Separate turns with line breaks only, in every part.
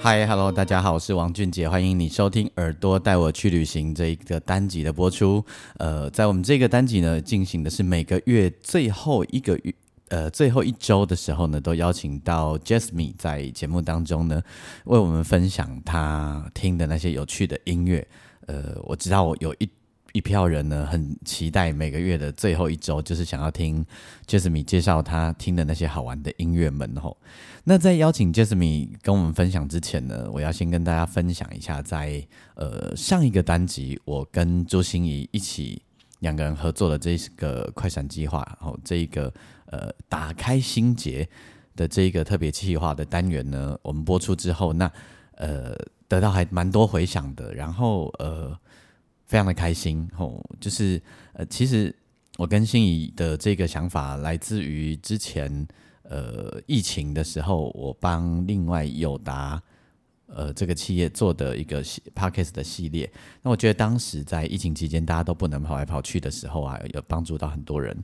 嗨，Hello，大家好，我是王俊杰，欢迎你收听《耳朵带我去旅行》这一个单集的播出。呃，在我们这个单集呢，进行的是每个月最后一个月。呃，最后一周的时候呢，都邀请到 Jasmine 在节目当中呢，为我们分享她听的那些有趣的音乐。呃，我知道我有一一票人呢，很期待每个月的最后一周，就是想要听 Jasmine 介绍她听的那些好玩的音乐们哦吼。那在邀请 Jasmine 跟我们分享之前呢，我要先跟大家分享一下在，呃上一个单集，我跟周心怡一起两个人合作的这个快闪计划，然、后这一个呃打开心结的这一个特别计划的单元呢，我们播出之后，那呃得到还蛮多回响的，然后呃非常的开心吼、就是呃其实我跟心怡的这个想法来自于之前。呃疫情的时候，我帮另外友达呃这个企业做的一个系 podcast 的系列。那我觉得当时在疫情期间，大家都不能跑来跑去的时候啊，有帮助到很多人。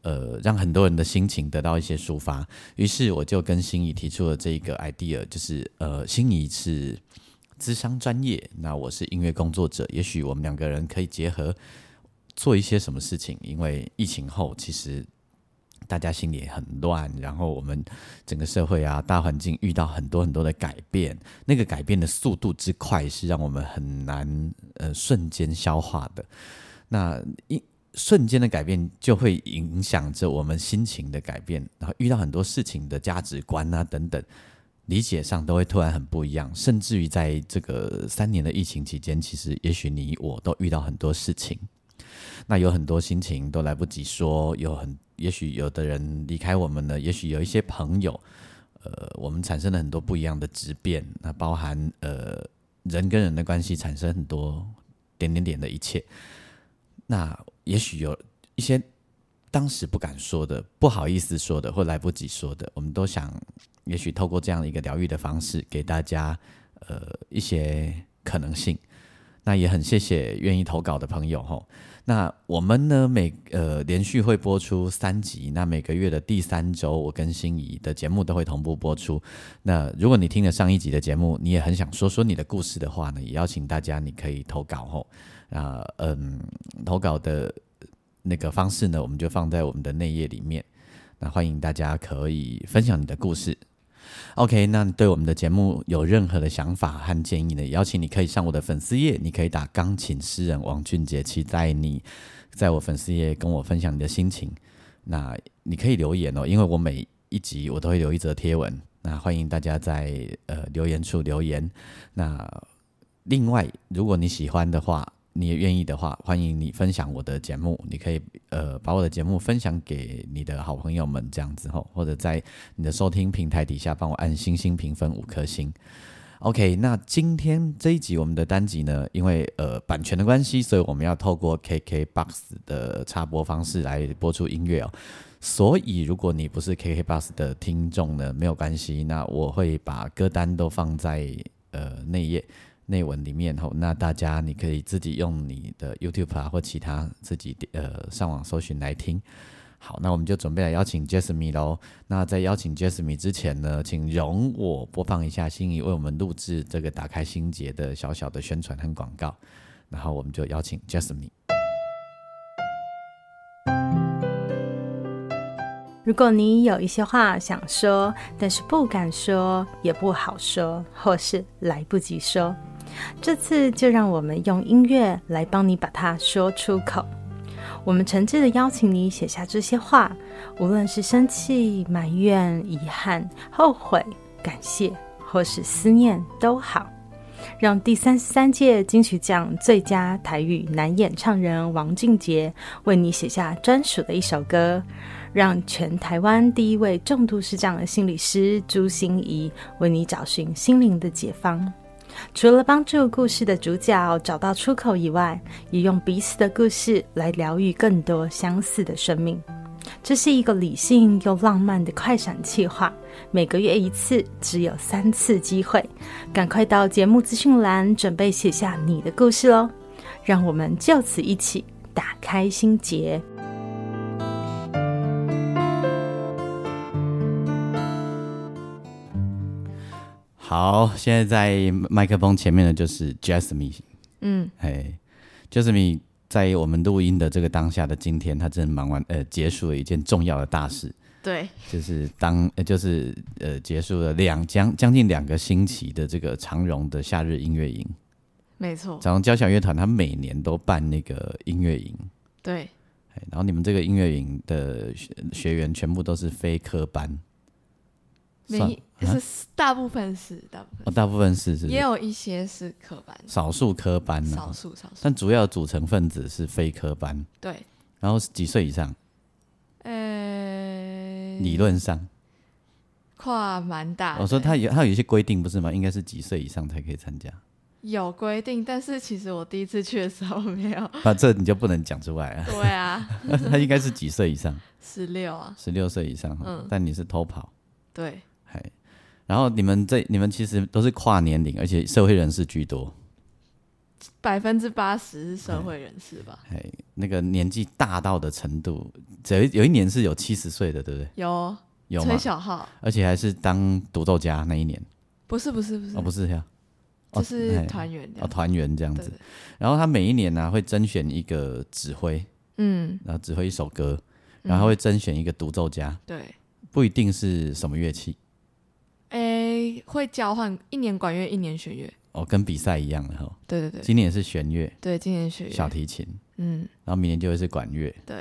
呃，让很多人的心情得到一些抒发，于是我就跟心仪提出了这一个 idea，就是呃，心仪是资商专业，那我是音乐工作者，也许我们两个人可以结合做一些什么事情，因为疫情后其实大家心里很乱，然后我们整个社会啊，大环境遇到很多很多的改变，那个改变的速度之快，是让我们很难呃瞬间消化的。那一瞬间的改变就会影响着我们心情的改变，然后遇到很多事情的价值观啊等等，理解上都会突然很不一样。甚至于在这个三年的疫情期间，其实也许你我都遇到很多事情。那有很多心情都来不及说，有很也许有的人离开我们了，也许有一些朋友，呃，我们产生了很多不一样的质变，那包含呃人跟人的关系产生很多点点点的一切，那也许有一些当时不敢说的、不好意思说的或来不及说的，我们都想，也许透过这样的一个疗愈的方式，给大家呃一些可能性。那也很谢谢愿意投稿的朋友吼。那我们呢，每呃连续会播出三集，那每个月的第三周，我跟心仪的节目都会同步播出。那如果你听了上一集的节目，你也很想说说你的故事的话呢，也邀请大家你可以投稿吼。那嗯，投稿的那个方式呢，我们就放在我们的内页里面。那欢迎大家可以分享你的故事，OK，那对我们的节目有任何的想法和建议呢？也邀请你可以上我的粉丝页，你可以打“钢琴诗人王俊杰”，期待你在我粉丝页跟我分享你的心情。那你可以留言哦，因为我每一集我都会留一则贴文，那欢迎大家在呃留言处留言。那另外，如果你喜欢的话，你也愿意的话，欢迎你分享我的节目，你可以呃把我的节目分享给你的好朋友们这样子吼，或者在你的收听平台底下帮我按星星评分五颗星。OK，那今天这一集我们的单集呢，因为呃版权的关系，所以我们要透过 KKBox 的插播方式来播出音乐哦。所以如果你不是 KKBox 的听众呢，没有关系，那我会把歌单都放在呃内页内文里面吼。那大家你可以自己用你的 YouTube 啊或其他自己呃上网搜寻来听。好，那我们就准备来邀请 Jasmine 喽。那在邀请 Jasmine 之前呢，请容我播放一下心仪为我们录制这个打开心结的小小的宣传和广告，然后我们就邀请 Jasmine。
如果你有一些话想说，但是不敢说，也不好说，或是来不及说，这次就让我们用音乐来帮你把它说出口。我们诚挚的邀请你写下这些话，无论是生气、埋怨、遗憾、后悔、感谢，或是思念，都好。让第三十三届金曲奖最佳台语男演唱人王俊杰为你写下专属的一首歌，让全台湾第一位重度失障的心理师朱心怡为你找寻心灵的解放。除了帮助故事的主角找到出口以外，也用彼此的故事来疗愈更多相似的生命。这是一个理性又浪漫的快闪计划，每个月一次，只有三次机会。赶快到节目资讯栏准备写下你的故事喽！让我们就此一起打开心结。
好，现在在麦克风前面的就是 Jasmine，
嗯，
嘿，Jasmine 在我们录音的这个当下的今天，她真的忙完呃结束了一件重要的大事，
对，
就是当呃就是呃结束了两将将近两个星期的这个长荣的夏日音乐营，
没错，
长荣交响乐团它每年都办那个音乐营，
对，
嘿然后你们这个音乐营的学学员全部都是非科班，算啊
没是大部分是大部
哦
分，
大部分是是不
也
是
有一些是科班，
少数科班呢、
少数少数，
但主要组成分子是非科班，
对，
然后是几岁以
嗯
上？
呃，
理论上，
跨蛮大的，
我说他有他有一些规定不是吗？应该是几岁以上才可以参加，
有规定，但是其实我第一次去的时候没 有，
那这你就不能讲出来 啊。
对啊，
他应该是几岁以上？
十六啊，
十六岁以上哈。
嗯
但你是偷跑，
对，
嘿。然后你们这你们其实都是跨年龄，而且社会人士居多，
百分之八十是社会人士吧，
嘿，那个年纪大到的程度，有一有一年是有七十岁的，对不对？
有
有吗
崔？小浩，
而且还是当独奏家那一年，
不是不是不是
哦，，不是呀，哦
嗯就是
哎
团员这
哦，
样，
团员这样
对
子
对。，
然后他每一年呢、会甄选一个指挥，
嗯，
然后指挥一首歌，然后会甄选一个独奏家，
对。
不一定是什么乐器
诶、会交换一年管乐，一年弦乐。
哦，跟比赛一样的哈。
对对对，
今年是弦乐、
对，今年学
小
院，
提琴，
嗯，
然后明年就会是管乐。
对，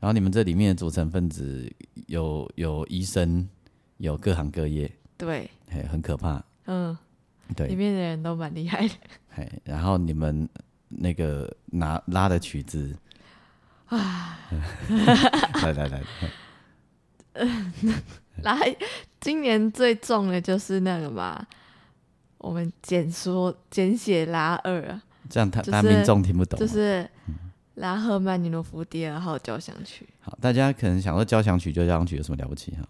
然后你们这里面的组成分子有有医生，有各行各业，
对，
嘿，很可怕。
嗯，里
对，
面的人都蛮厉害的
嘿，然后你们那个拿拉的曲子，啊， 来来来，嘿
然后今年最重的就是那个嘛，我们简说简写拉二啊，
这样他
就是
他民众听不懂啊
就
嘛。
是拉赫曼尼诺夫第二号交响曲，
好，大家可能想说交响曲就交响曲有什么了不起哈？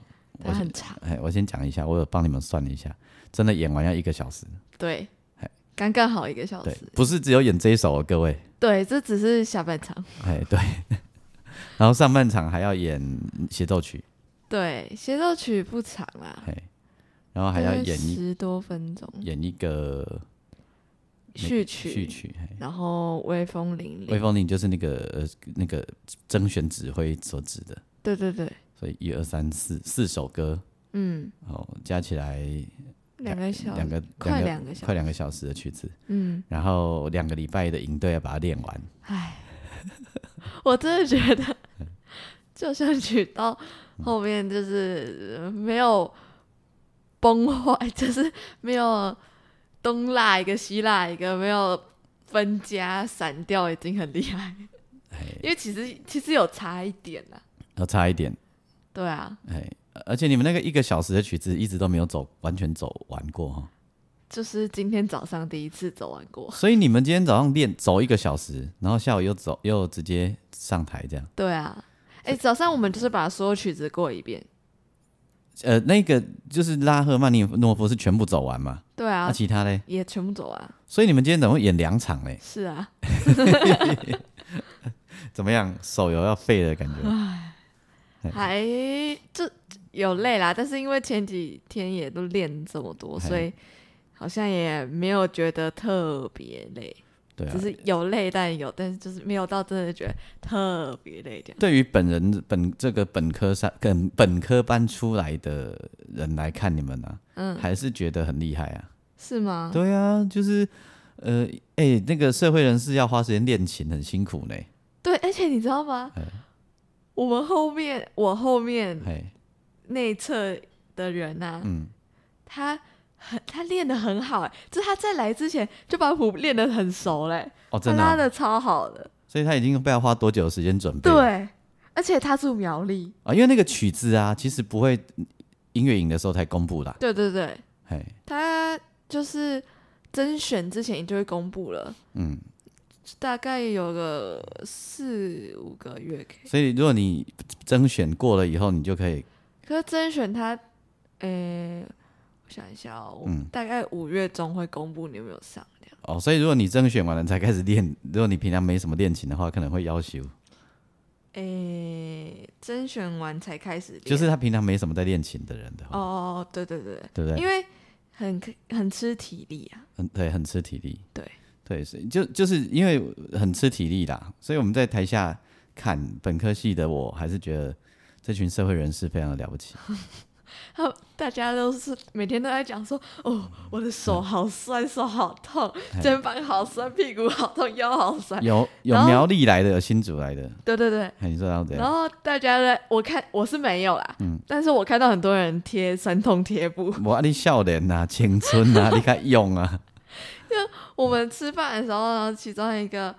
我
它很长，
哎，我先讲一下，我有帮你们算了一下，真的演完要一个小时。
对
哎，
刚刚好一个小
对
时，，
不是只有演这一首哦，各位。
对，这只是下半场，
哎，对。 然后上半场还要演协奏曲，
对，协奏曲不长啦，
哎，然后还要演一
十多分钟，
演一个
序曲，
序，曲，哎
然后威风凛
威
凛，
风凛就是那个呃那个甄选指挥所指的，
对对对，
所以一二三四四首歌
嗯，
哦，加起来
两个小
两个
啊快
两个
两个小
快两个
时
小时的曲子，
嗯，
然后两个礼拜的营队要把它练完。
唉，我真的觉得，就像曲到后面就是呃没有崩坏，就是没有东拉一个西拉一个，没有分家散掉，已经很厉害。
哎，
因为其实其实有差一点啦，
要差一点，
对啊，
哎，而且你们那个一个小时的曲子一直都没有走完全走完过哈、
就是今天早上第一次走完过，
所以你们今天早上练走一个小时，然后下午又走又直接上台这样。
对啊。哎、早上我们就是把所有曲子过一遍，
呃，那个就是拉赫曼尼诺夫是全部走完嘛？
对
那、
啊，
其他嘞？
也全部走完，
所以你们今天怎么会演两场嘞？
是啊，
怎么样，手有要废的感 觉？
还就有累啦，但是因为前几天也都练这么多，
嘿
所以好像也没有觉得特别累，
对啊
只。是有累但有，但是就是没有到真的觉得特别累这样。
对于本人本这个本科三跟本科班出来的人来看你们呢、
嗯，
还是觉得很厉害啊。
是吗？
对啊，就是呃，哎、那个社会人士要花时间练琴，很辛苦呢。
对，而且你知道吗？
嗯
我们后面，我后面
哎，
内侧的人啊，
嗯，
他很，他练得很好哎、就是他在来之前就把谱练得很熟嘞、
哦，
他
真的
拉
啊、
的超好的，
所以他已经不知道花多久的时间准备了。
对，而且他住苗栗，
啊，因为那个曲子啊，其实不会音乐营的时候才公布啦。
对对对，
嘿，
他就是甄选之前就会公布了，
嗯，
大概有个四五个月可以
所以如果你甄选过了以后，你就可以
可是甄选他，诶、我想一下哦，我
嗯
大概五月中会公布你有没有上这样。
哦。所以如果你甄选完了才开始练，如果你平常没什么练琴的话，可能会要求，
诶、甄选完才开始练，
就是他平常没什么在练琴的人的话，
哦，对对对，
对不对？
因为很很吃体力啊，
很对，很吃体力。
对
对，所以就就是因为很吃体力啦，所以我们在台下看本科系的我，还是觉得这群社会人士非常的了不 起。
他大家都是每天都在讲说，哦，我的手
嗯
好酸，手好痛，
哎
肩膀好酸，屁股好痛，腰好酸，
有有
然后
苗栗来的，有新竹来的，
对对对。
哎，你说然后怎
然
样？
后大家在，我看我是没有啦，
嗯
但是我看到很多人贴酸痛贴布，
我啊，你笑脸呐，青春呐、啊，你看用啊，
我们吃饭的时候，然后其中一个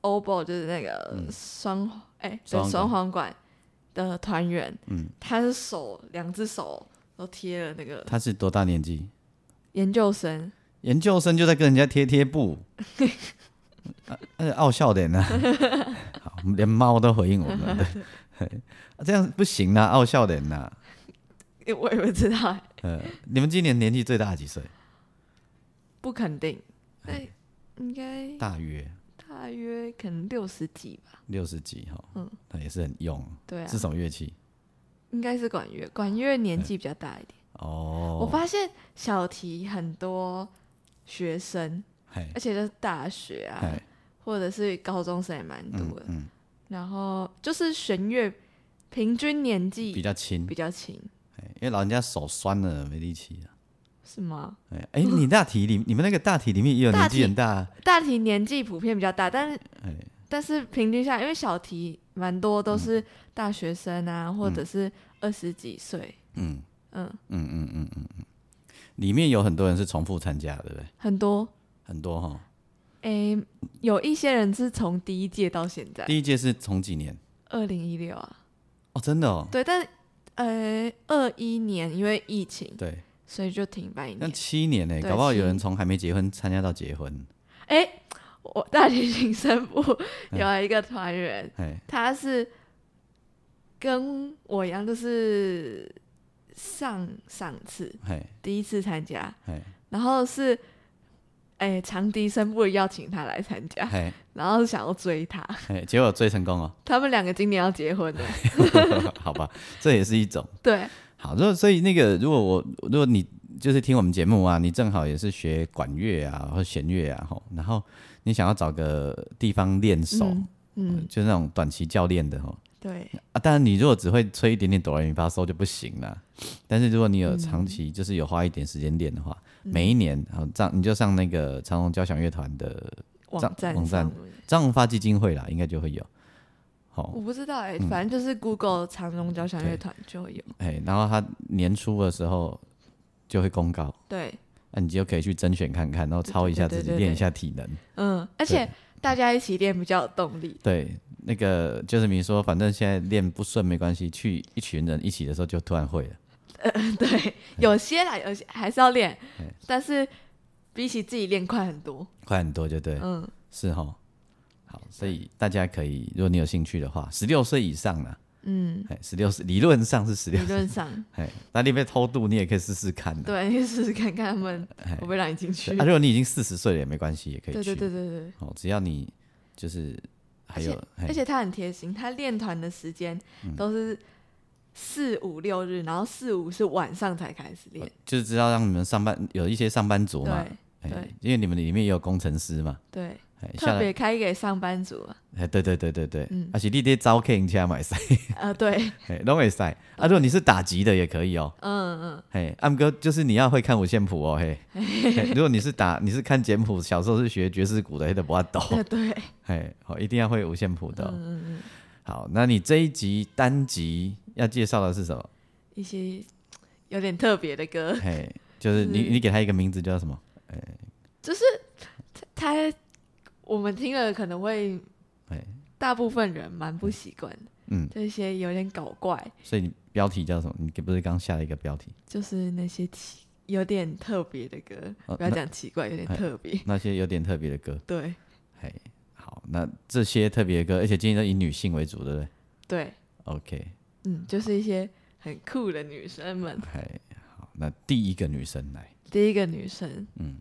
OBO 就是那个
嗯
双哎、
双
对
簧
双簧管的团员，
嗯，
他的手两只手都贴了那个
他是多大年纪？
研究生，
研究生就在跟人家贴贴布， 啊而且傲笑脸呢， 好，连猫都回应我们， 对，嘿这样不行啊，傲笑脸呐、
因为我也不知道，
呃，你们今年年纪最大几岁？
不肯定，哎，应该
嗯大约
大约可能六十几吧，
六十几哈，
嗯
那也是很用。
对啊
是，什么乐器？
应该是管乐，管乐年纪比较大一点。我
哦，
发现小提很多学生，
嘿，
而且就是大学啊，
嘿，
或者是高中生也蛮多
嗯
的。
哎嗯，
然后就是弦乐平均年纪
比较轻
比，较轻，
嘿因为老人家手酸了没力气啊。
是吗？
哎哎，你大体里，你们那个大体里面也有
大
年纪
体
很大啊，
大提年纪普遍比较大，但是
哎，
但是平均下来，因为小提蛮多都
嗯
是大学生啊，或者是二十几岁，
嗯
嗯，
嗯嗯嗯嗯嗯，里面有很多人是重复参加的，对不对？
很多。
很多哈。
诶、有一些人是从第一届到现在，
第一届是从几年？
二零一六啊，
哦，真的哦，
对，但呃二一年因为疫情，
对，
所以就停办一
那
年。
七年呢，
对
搞不好有
七
人从还没结婚参加到结婚，
诶、我大提琴声部
嗯
有一个团员，
哎，
他是跟我一样，就是上上次
嘿，
第一次参加，
嘿，
然后是哎、长笛声部邀请他来参加，
嘿，
然后想要追他，
嘿，结果最成功哦，
他们两个今年要结婚了，
好吧，这也是一种。
对，
好，如果所以那个，如果我如果你就是听我们节目啊，你正好也是学管乐啊或弦乐啊，吼，然后你想要找个地方练手，
嗯嗯，
就是那种短期教练的吼
对，
啊。当然，你如果只会吹一点点哆来咪发嗦就不行啦。但是如果你有长期，就是有花一点时间练的话，
嗯
每一年好这样你就上那个长隆交响乐团的
网站
网站
上面
张荣发基金会啦，应该就会有。好、
我不知道
嗯
哎、反正就是 Google 长荣交响乐
对
团就有，
哎，然后他年初的时候就会公告。
对，
那你就可以去甄选看看，然后操一下自己，
对对对对
练一下体能。
嗯，而且大家一起练比较有动 力，
对，那个就是你说，反正现在练不顺没关系，去一群人一起的时候就突然会了。
对，有些啦，有些还是要练
哎，
但是比起自己练快很多。
快很多，就对，
嗯，
是哈。好，所以大家可以，如果你有兴趣的话，十六岁以上呢，
嗯，
哎，十六理论上是十
理
六，
论 上，
哎，那你被偷渡，你也可以试试看的。
对，你试试看看他们
哎
会不会让你进去。
对啊，如
对
果你已经四十岁了也没关系，也可以
对
去。
对对对，
哦，只要你就是还有，哎
而且他很贴心，他练团的时间
嗯
都是四五六日，然后四五是晚上才开始练。
哦就是知道让你们上班有一些上班族嘛，哎
对对，
因为你们里面也有工程师嘛，
对，
哎，下
特
来
别开给上班族啊，
哎，对对对对对，
嗯
而且你得招客人家买菜，
呃，对，
嘿拢会赛。啊，如果你是打击的也可以哦，
嗯嗯，
嘿，暗哥就是你要会看五线谱哦， 嘿，嘿如果你是打你是看简谱，小时候是学爵士鼓的，黑的不 要抖，
呃对，
嘿，好，一定要会五线谱的哦、
嗯嗯，
好，那你这一集单集要介绍的是什么？
一些有点特别的歌，
嘿，就是你
嗯
你给他一个名字叫什么？
就是他我们听了可能会
哎，
大部分人蛮不习惯的，
嗯，
这些有点搞怪，
所以你标题叫什么？你不是刚下了一个标题？
就是那些奇有点特别的歌，
哦
不要
那
讲奇怪，有点
哎
特别，
那些有点特别的歌，
对
嘿，好，那这些特别的歌，而且今天都以女性为主，对不对
对，
？OK，
嗯，就是一些很酷的女生们。
嘿，好，那第一个女生来，
第一个女生，
嗯，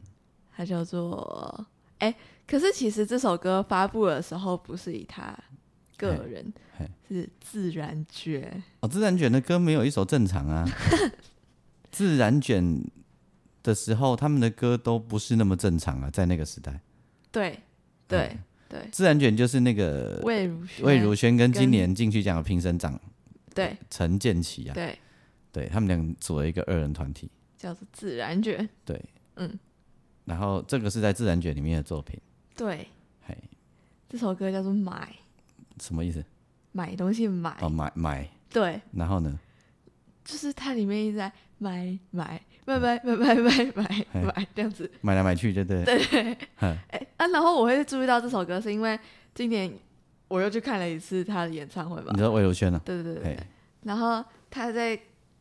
她叫做哎、可是其实这首歌发布的时候不是以她个
哎
人
嘿嘿，
是自然觉，
哦，自然卷的歌没有一首正常 啊，自然卷的时候，他们的歌都不是那么正常啊，在那个时代，
对
哎
对对，
自然卷就是那个
魏如萱，
魏如萱跟
跟
今年进去奖的评审长
对
陈建奇啊，
对，
对他们俩组了一个二人团体，
叫做自然觉，
对，
嗯，
然后这个是在自然卷里面的作品，
对，
嘿，
这首歌叫做买
什么意思？
买东西买，
哦，买买，
对，
然后呢？
就是它里面一直在买买买买买买买买
嗯嘿
买这样子，
买来买去，对不对？
对，
嗯
哎、啊，然后我会注意到这首歌，是因为今年我又去看了一次他的演唱会吧
你知？道魏如萱啊？
对对对对
哎
对。，然后他在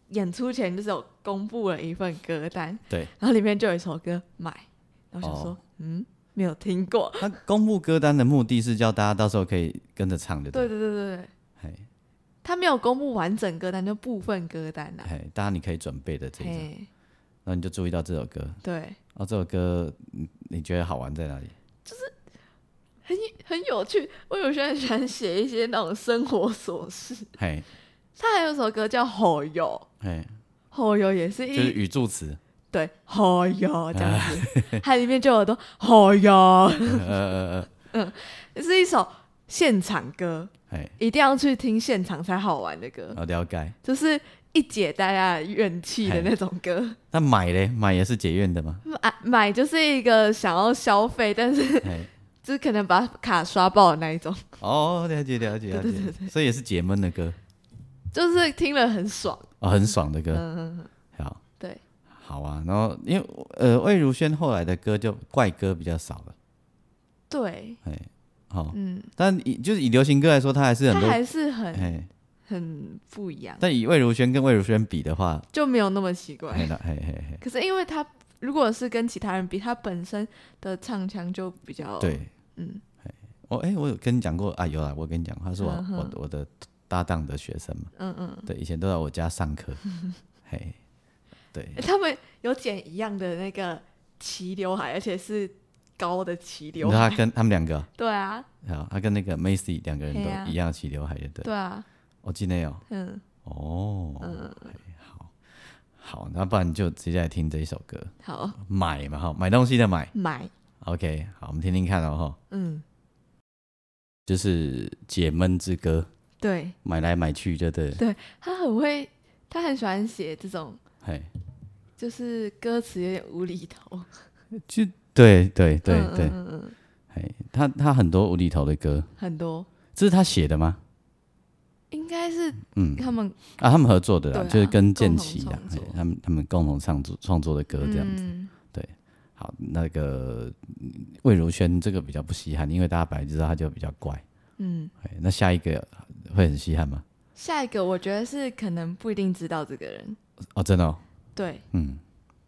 演出前就是有公布了一份歌单，
对，
然后里面就有一首歌《买》，然后我想说，
哦
嗯，没有听过。
他公布歌单的目的是叫大家到时候可以跟着唱，对不
对
对？
对对对对，
嘿，
他没有公布完整歌单，就部分歌单呐、啊。
嘿，大家你可以准备的哎这一张，
嘿，
那你就注意到这首歌。
对，
哦，这首歌嗯你觉得好玩在哪里？
很很有趣。我有时候很喜欢写一些那种生活琐事。
嘿，
他还有一首歌叫《吼哟》，
嘿，
吼哟也是一
就是啊语助词，
对，吼哟这样子，它里面就有很多吼哟，
呃呃呃，
是一首现场歌，
嘿，
一定要去听现场才好玩的歌，
哦，了解。
就是一解大家的怨气的那种歌。
那买嘞，买也是解怨的 吗？
买买就是一个想要消费，但是
嘿，
就是可能把卡刷爆的那一种，
哦，了解了解了
对对对
解，所以也是解闷的歌，
就是听了很爽。
哦，很爽的歌，
嗯，
好。
对，
好啊，然后因为呃魏如萱后来的歌就怪歌比较少了，
对，
哎，好、
嗯，
但以就是以流行歌来说，它还是
它
很多，
还是很
哎，
很不一样，
但以魏如萱跟魏如萱比的话，
就没有那么奇怪
嘿。啦嘿嘿嘿，
可是因为他如果是跟其他人比，他本身的唱腔就比较，
对
嗯，
我哎、我有跟你讲过啊，有啦，我跟你讲，他是我、
嗯哼
我的我的搭档的学生嘛，
嗯嗯，
对，以前都在我家上 课，嘿，对，
诶他们有剪一样的那个齐刘海，而且是高的齐
你
刘
知道
海
他。跟他们两个，
对啊，
好，他跟那个 Macy 两个人
嘿啊
都一样齐刘海，对不对？
对啊，
我记得哦，
嗯
哦，
嗯，
好，好，那不然你就直接来听这一首歌，
好，
买嘛哈，买东西的买
买，
，OK，好，我们听听看哦哈，
嗯，
就是解闷之歌，
对
买来买去，对不对？
他很会，他很喜欢写这种，
嘿，
就是歌词有点无厘头。
就对对对
嗯
对，
嗯嗯嗯，
嘿，他他很多无厘头的歌，
很多
这是他写的吗？
应该是
嗯
他们
啊，他们合作的啦，
对啊
就是跟建奇
共
啦
同，
嘿
创作
他们他们共同创作创作的歌这样子。
嗯
好，那个嗯魏如萱这个比较不稀罕，因为大家本来就知道他就比较怪。
嗯，
嘿那下一个会很稀罕吗？
下一个我觉得是可能不一定知道这个人，
哦，真的哦，
对，
嗯，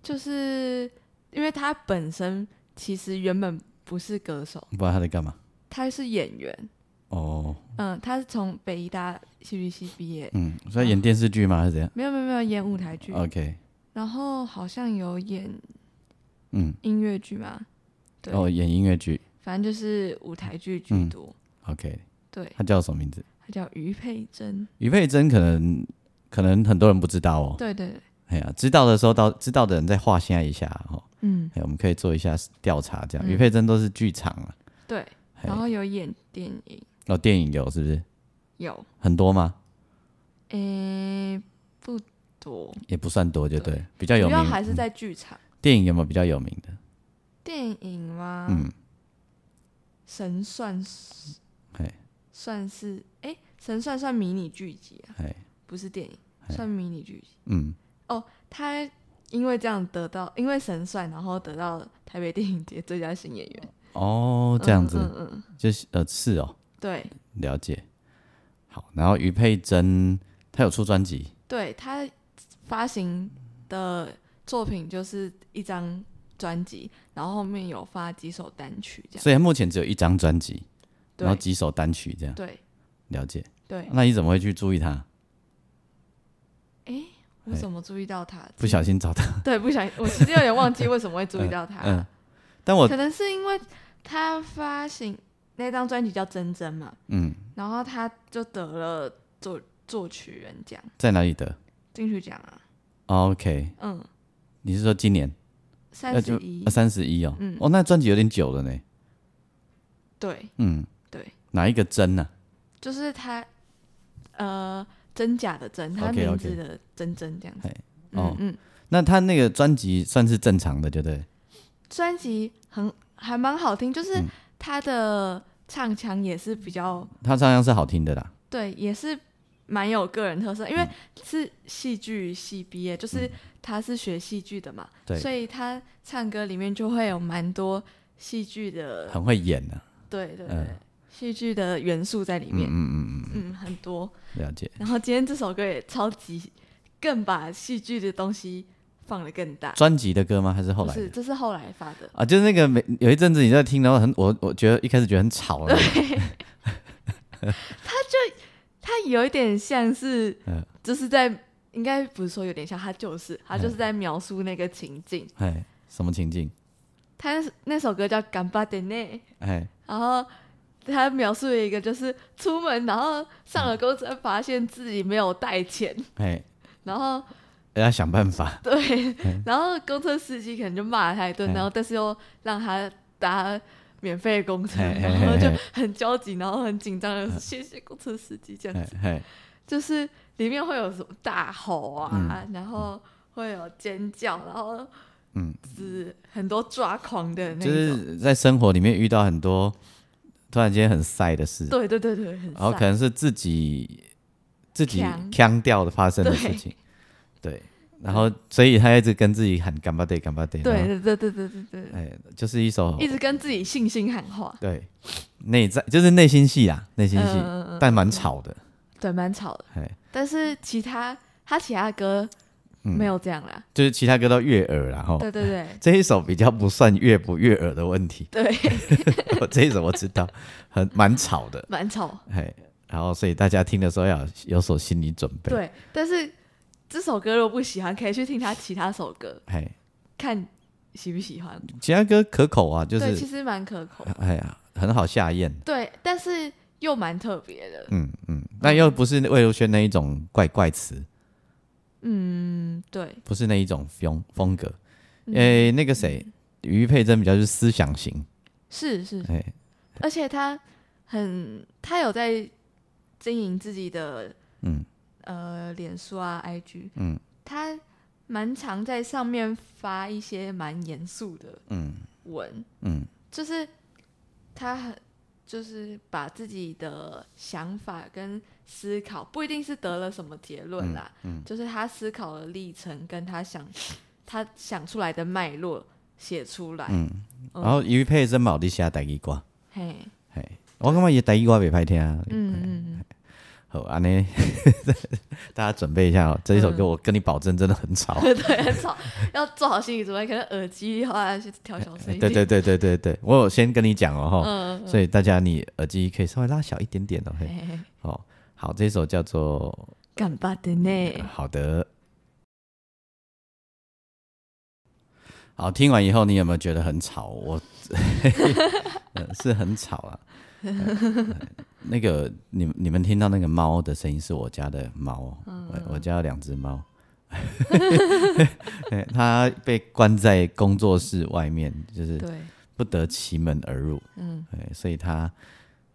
就是因为他本身其实原本不是歌手，
不知道他在干嘛。
他是演员。
哦，
嗯，他是从北医大戏剧系毕业，
嗯，所以演电视剧吗？还是怎样
没有没有没有演舞台剧，
？OK，
然后好像有演
嗯，
音乐剧嘛，对，
哦，演音乐剧。
反正就是舞台剧居
嗯
多。
OK，
对，
他叫什么名字？
他叫于佩珍。
于佩珍可能可能很多人不知道哦。
对对对，
哎呀，知道的时候到知道的人再划线一下哦。
嗯，
哎，我们可以做一下调查，这样。
嗯
于、佩珍都是剧场啊，
对。
嘿
然后有演电影，
哦，电影有是不是
有，
很多吗？
诶、不多，
也不算多，就对，
对
比较有
主
名
要。还
嗯
是在剧场。
电影有没有比较有名的？
电影吗？
嗯，
神算是
嘿，
算是哎、神算算迷你剧集啊，
哎，
不是电影，
嘿
算迷你剧集。
嗯，
他因为这样得到，因为神算，然后得到台北电影节最佳新演员。
哦，这样子，
嗯嗯嗯，
就是呃是哦，
对
了解。好，然后于佩珍她有出专辑，
对，他发行的作品就是一张专辑，然后后面有发几首单曲这样。
所以她目前只有一张专辑，然后
对
几首单曲这样，
对
了解。
对，
那你怎么会去注意她？
哎，我
哎
怎么注意到他？
不小心找她，
对，不想，我其实有点忘记为什么会注意到他，
嗯，但我
可能是因为他发行那张专辑叫《真真》嘛，
嗯
然后他就得了作作曲人奖、
在哪里得哦
金曲奖啊，
？OK，
嗯，
你是说今年
三十一，
三十一哦？
嗯
哦，那专辑有点久了呢。
对
嗯，
对，
哪一个真呢、
就是他，呃，真假的真，他
OK，OK
名字的真真这样子
嘿，哦
嗯嗯，
那他那个专辑算是正常的，对不对？
专辑很还蛮好听，
嗯
就是他的唱腔也是比较
他照样是好听的啦。
对，也是蛮有个人特色，因为
嗯
是戏剧系毕业，就是他是学戏剧的嘛，
对
所以他唱歌里面就会有蛮多戏剧的，
很会演的、
对对对
嗯，
戏剧、的元素在里
嗯
面，嗯
嗯嗯
很多。
嗯，了解。
然后今天这首歌也超级，更把戏剧的东西放得更大，
专辑的歌吗？还是后
不
来
是，
的？
这是后来发的，
啊，就是那个每有一阵子你在听，然后很我我觉得一开始觉得很吵了，
嗯它有一点像是，
嗯
就是在。应该不是说有点像，它就是它
嗯
就是在描述那个情境，
哎，什么情境？
他那那首歌叫《干巴的内》，
哎，
然后他描述了一个就是出门，然后上了公车，发现自己没有带钱，
哎，
然后
要想办法。
对，然后公车司机可能就骂了他一顿，
嗯
然后但是又让他搭免费公车，
嘿嘿
然后就
嘿嘿嗯
很焦急，然后很紧张的谢谢公车司机这样
哎
子，
哎，
就是里面会有什么大吼啊，然后会有尖叫，然后
嗯
是很多抓狂的那
就
种。
是在生活里面遇到很多突然间很晒的事，
对对对对，很
然后可
晒
能是自己自己
呛
腔调的发生的事
对
情，对。然后，所以他一直跟自己喊“干巴爹，干巴爹”，然后
对对对对对对对，
哎，就是一首
一直跟自己信心喊话，
对内在就是内心戏啦，内心戏，
嗯，
但蛮吵的。
对，蛮吵的。
哎，
但是其他他其他歌
嗯
没有这样啦，
就是其他歌都悦耳啦吼。
对对对，
这一首比较不算悦不悦耳的问题
对，
我这一首我知道很蛮吵的，
蛮吵。
哎，然后所以大家听的时候要有有所心理准备。，
对，但是这首歌如果不喜欢，可以去听他其他首歌，
哎，
看喜不喜欢。
其他歌可口啊，就
对，其
是
实蛮可口。
哎呀，很好下咽。
对，但是又蛮特别的。
嗯嗯，但又不是魏如萱那一种怪怪词，
嗯，对，
不是那一种风风格。
嗯
诶、那个谁，于佩珍比较是思想型，
是是，
哎，
而且他很他有在经营自己的
嗯
呃脸书啊、IG，
嗯
他蛮常在上面发一些蛮严肃的
嗯
文，
嗯
就是他很就是把自己的想法跟思考，不一定是得了什么结论啦，
嗯
就是他思考的历程跟他想他想出来的脉络写出来，
嗯，
嗯
然后于佩珍冇伫写台语歌，
嘿，
嘿，我感觉伊台语歌袂歹听啊。
嗯嗯嗯，
好，安尼 大家准备一下哦，这一首歌我跟你保证真的很吵。
对，很吵，要做好心理准备，可能耳机后来去调小声一
对对
点，
对对对对，我有先跟你讲哦哈，
嗯，
所以大家你耳机可以稍微拉小一点点哦。嘿，
嗯，
哦，好，这首叫做
干巴的呢。
好的。好，听完以后你有没有觉得很吵？我 呃是很吵啊。呃那个，你们你们听到那个猫的声音是我家的猫哦，
嗯
我我家有两只猫， 对它被关在工作室外面，就是
对，
不得其门而入，
嗯，
哎，所以它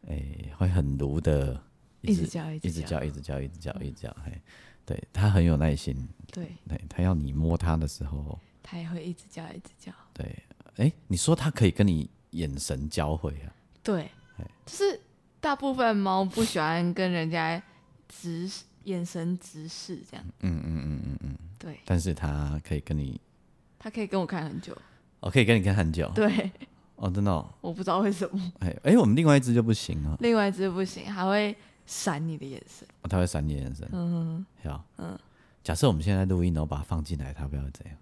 哎会很奴的
一直叫，嗯一
一直，叫，一直叫，一直叫，一直叫，嘿，对他很有耐心，
对，
对他要你摸他的时候，
它也会一直叫，一直叫，
对，哎，你说他可以跟你眼神交汇啊？
对
哎，
就是大部分猫不喜欢跟人家直视眼神直视这样，
嗯嗯嗯嗯嗯，
对
但是他可以跟你
他可以跟我看很久。
我可以跟你看很久。
对，
哦，真的、哦，
我不知道为什么，
哎哎，我们另外一只就不行啊，
另外一只不行，还会闪你的眼神。
哦它会闪你眼神。
嗯，
好，嗯，假设我们现在录音，然后把它放进来，它不要怎样？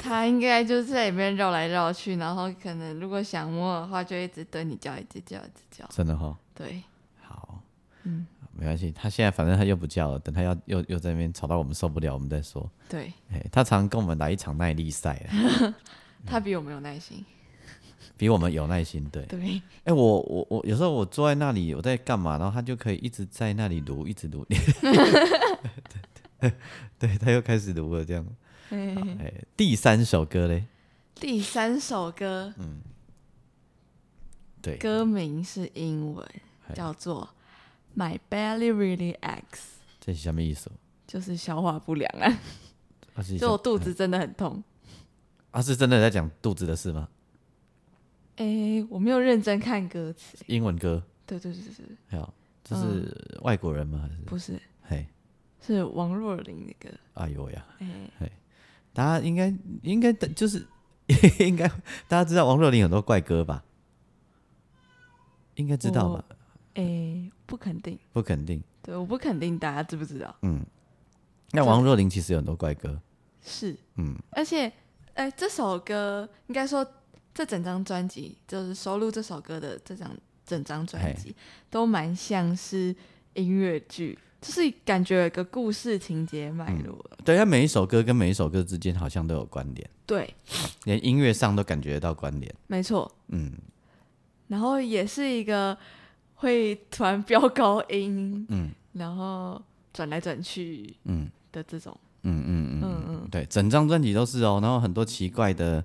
他应该就是在里面绕来绕去，然后可能如果想摸的话，就一直对你叫，一直叫，一直叫。
真的哈、哦，
对，
好，
嗯，
没关系，它现在反正它又不叫了，等它要又又在那边吵到我们受不了，我们再说。
对，
哎，它常跟我们来一场耐力赛啊，
他比我们有耐心。
比我们有耐心。对，
对，
哎，我我我有时候我坐在那里，我在干嘛，然后它就可以一直在那里撸，一直 撸。对对对，它又开始撸了这样。
嘿嘿嘿
哎，第三首歌嘞，
第三首歌
对，
歌名是英文，
嘿
叫做《My Belly Really Aches》，
这是什么意思？
就是消化不良啊，
它是
就我肚子真的很痛。
啊，是真的在讲肚子的事吗？
诶，我没有认真看歌词。
英文歌，
对对对对，对嗯
还有这是外国人吗？还是
不是，
嘿，
是王若琳的歌。
哎呦呀，
诶，
大家应该应该就是 应该大家知道王若琳很多怪歌吧？应该知道吧？
诶，不肯定，
不肯定。
对，我不肯定大家知不知道。
嗯那王若琳其实有很多怪歌，
是，
嗯，
而且，哎，这首歌应该说这整张专辑，就是收录这首歌的这张整张专
嘿
辑，都蛮像是音乐剧，就是感觉有一个故事情节脉络了。
对，它每一首歌跟每一首歌之间好像都有关联，
对，
连音乐上都感觉到关联。
没错，
嗯，
然后也是一个会突然飙高音，嗯，然后转来转去，嗯的这种，
嗯嗯嗯
嗯嗯
对，整张专辑都是哦，然后很多奇怪的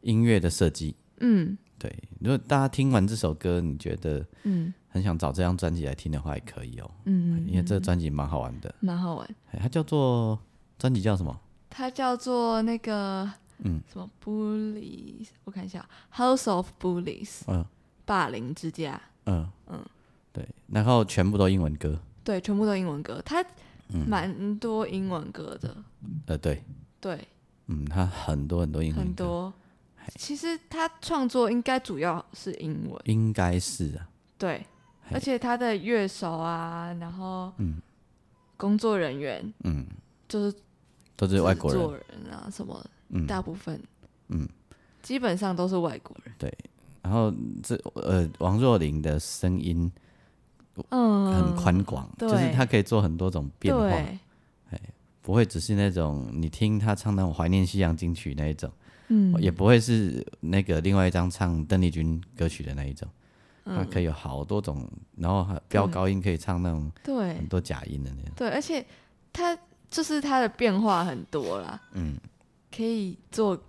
音乐的设计。
嗯
对，如果大家听完这首歌，你觉得
嗯
很想找这张专辑来听的话，也可以哦，
嗯，
因为这个专辑蛮好玩的。
蛮好玩。
哎它叫做专辑叫什么？
它叫做那个
嗯
什么 bullies，我看一下，House of Bullies，
嗯
霸凌之家，
嗯
嗯
对，然后全部都英文歌。嗯
对，全部都英文歌，它蛮多英文歌的，
呃，对，
对，
嗯，它很多很多英文歌，
很多。其实他创作应该主要是英文，
应该是啊，
对，
嘿
而且他的乐手啊，然后工作人员
嗯，
就是
都是外国
制
人，
作人啊什么，
嗯
大部分
嗯
基本上都是外国人，
对。然后这呃，王若琳的声音
嗯，
很宽广，
对
就是她可以做很多种变化，
对，
不会只是那种你听她唱那种怀念西洋金曲那一种，
嗯，
哦也不会是那个另外一张唱邓丽君歌曲的那一种，
嗯
她可以有好多种，然后还飙高音可以唱那种
对
很，多假音的那种，
对，而且它就是它的变化很多啦，
嗯，
可以做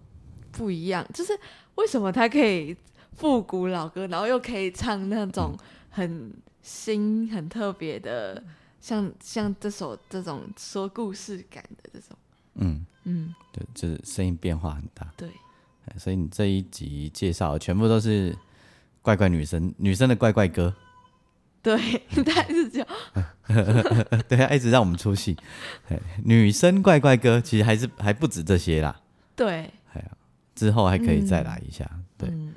不一样。就是为什么它可以复古老歌，然后又可以唱那
嗯
种很新、很特别的，像像这首这种说故事感的这种，
嗯，
嗯，
对，就是声音变化很大。
对，
哎所以你这一集介绍的全部都是怪怪女生女生的怪怪歌，
对， 但是就
对，啊一直让我们出戏。哎女生怪怪歌其实还是还不止这些啦，
对，
哎呀，之后还可以再来一下。对，
嗯，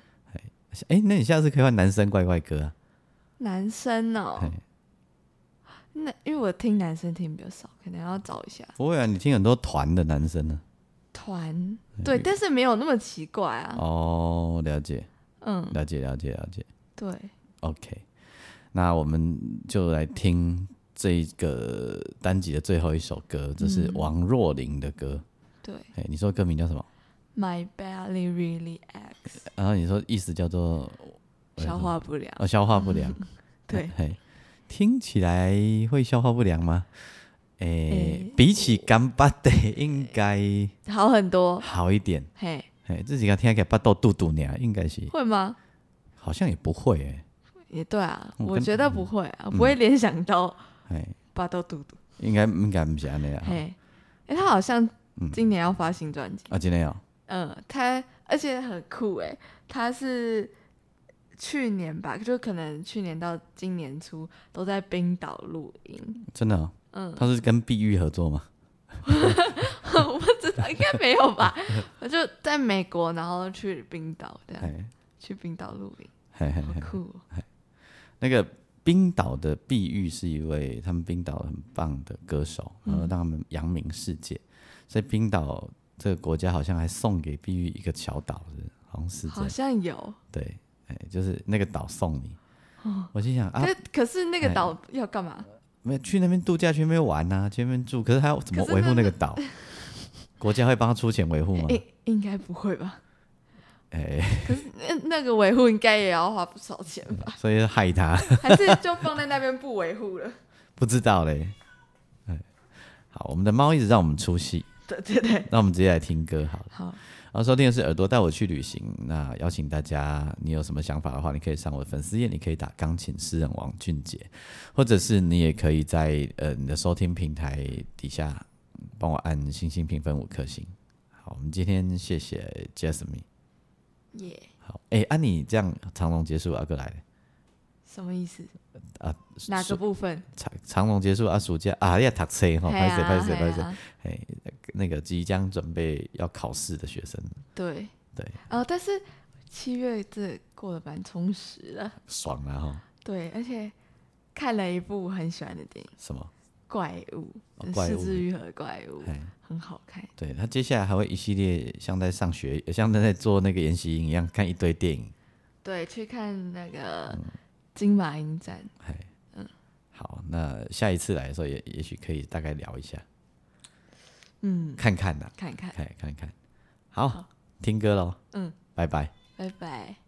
哎、那你下次可以换男生怪怪歌啊。
男生哦、
嘿
那因为我听男生听比较少，可能要找一下
不会啊，你听很多团的男生呢、
团，对，但是没有那么奇怪啊，
哦，了解，
嗯，
了解，了解，了解。
对。
OK，那我们就来听这一个单集的最后一首歌，这
嗯
是王若琳的歌。
对
哎、你说歌名叫什么？
，My belly really aches，
然后你说意思叫做
消化不良。
呃消化不良，
对，
嘿，听起来会消化不良吗？诶、
诶
比起干巴的应该
好很多。
好一点。
嘿，
嘿，自己个听起来巴豆肚肚呢，应该是
会吗？
好像也不会诶、
也对啊，
我
我
跟嗯
觉得不会啊，不会联想到
哎，
巴豆嘟嘟。
应该应该不是安尼啊，嗯
嘿，哎，他好像今年要发新专辑。
啊，真的哦，
嗯，他而且很酷哎，他是。去年吧，就可能去年到今年初都在冰岛录音，
真的、哦，
嗯，
他是跟碧玉合作吗？
我不知道，应该没有 吧？我就在美国，然后去冰岛，这样
嘿
去冰岛露营，
嘿嘿
好
嘿
酷、哦。
那个冰岛的碧玉是一位他们冰岛很棒的歌手，
嗯
然后让他们扬名世界。所以冰岛这个国家好像还送给碧玉一个小岛，是不是好像是这
好
样。
像有，
对，哎，就是那个岛送你。我心想啊
哦可，可是那个
哎
岛要干嘛？
没有去那边度假，去那边玩呐、啊，去那边住，可是他要怎么
可是
维护
那
那个岛？ 国家会帮他出钱维护吗？
应应该不会吧？
嗯哎，
可是那那个维护应该也要花不少钱 吧？
所以害他。
还是就放在那边不维 护了？
不知道嘞。哎，好，我们的猫一直让我们出戏，
对对对，
那我们直接来听歌好了。
好，
然后收听的是《耳朵带我去旅行》，那邀请大家，你有什么想法的话，你可以上我的粉丝页，你可以打“钢琴诗人王俊杰”，或者是你也可以在呃你的收听平台底下嗯帮我按星星评分五颗星。好，我们今天谢谢 Jasmine。
耶、
好，哎，按、你这样长龙结束，阿哥来了
什么意思？
啊？
哪
暑
个部分？
长长龙结束啊？暑假啊，你要读册哈，
嘿
拍
啊
谁拍谁拍
嘿
谁，
啊
哎，那个即将准备要考试的学生，
对
对，
哦，但是七月这过得蛮充实的，
爽了、啊、哈？
对，而且看了一部我很喜欢的电影《
什么？
怪物
哦》，怪
是
物
之愈合怪物
哎。》
很好看。
对他接下来还会一系列像在上学，呃像在做那个研习营一样看一堆电影。
对，去看那
嗯
个金马影展，
哎，好，那下一次来的时候也也许可以大概聊一下，
嗯，
看看呐、
看看，
看看看。好，听歌喽，
嗯，
拜拜。
拜拜。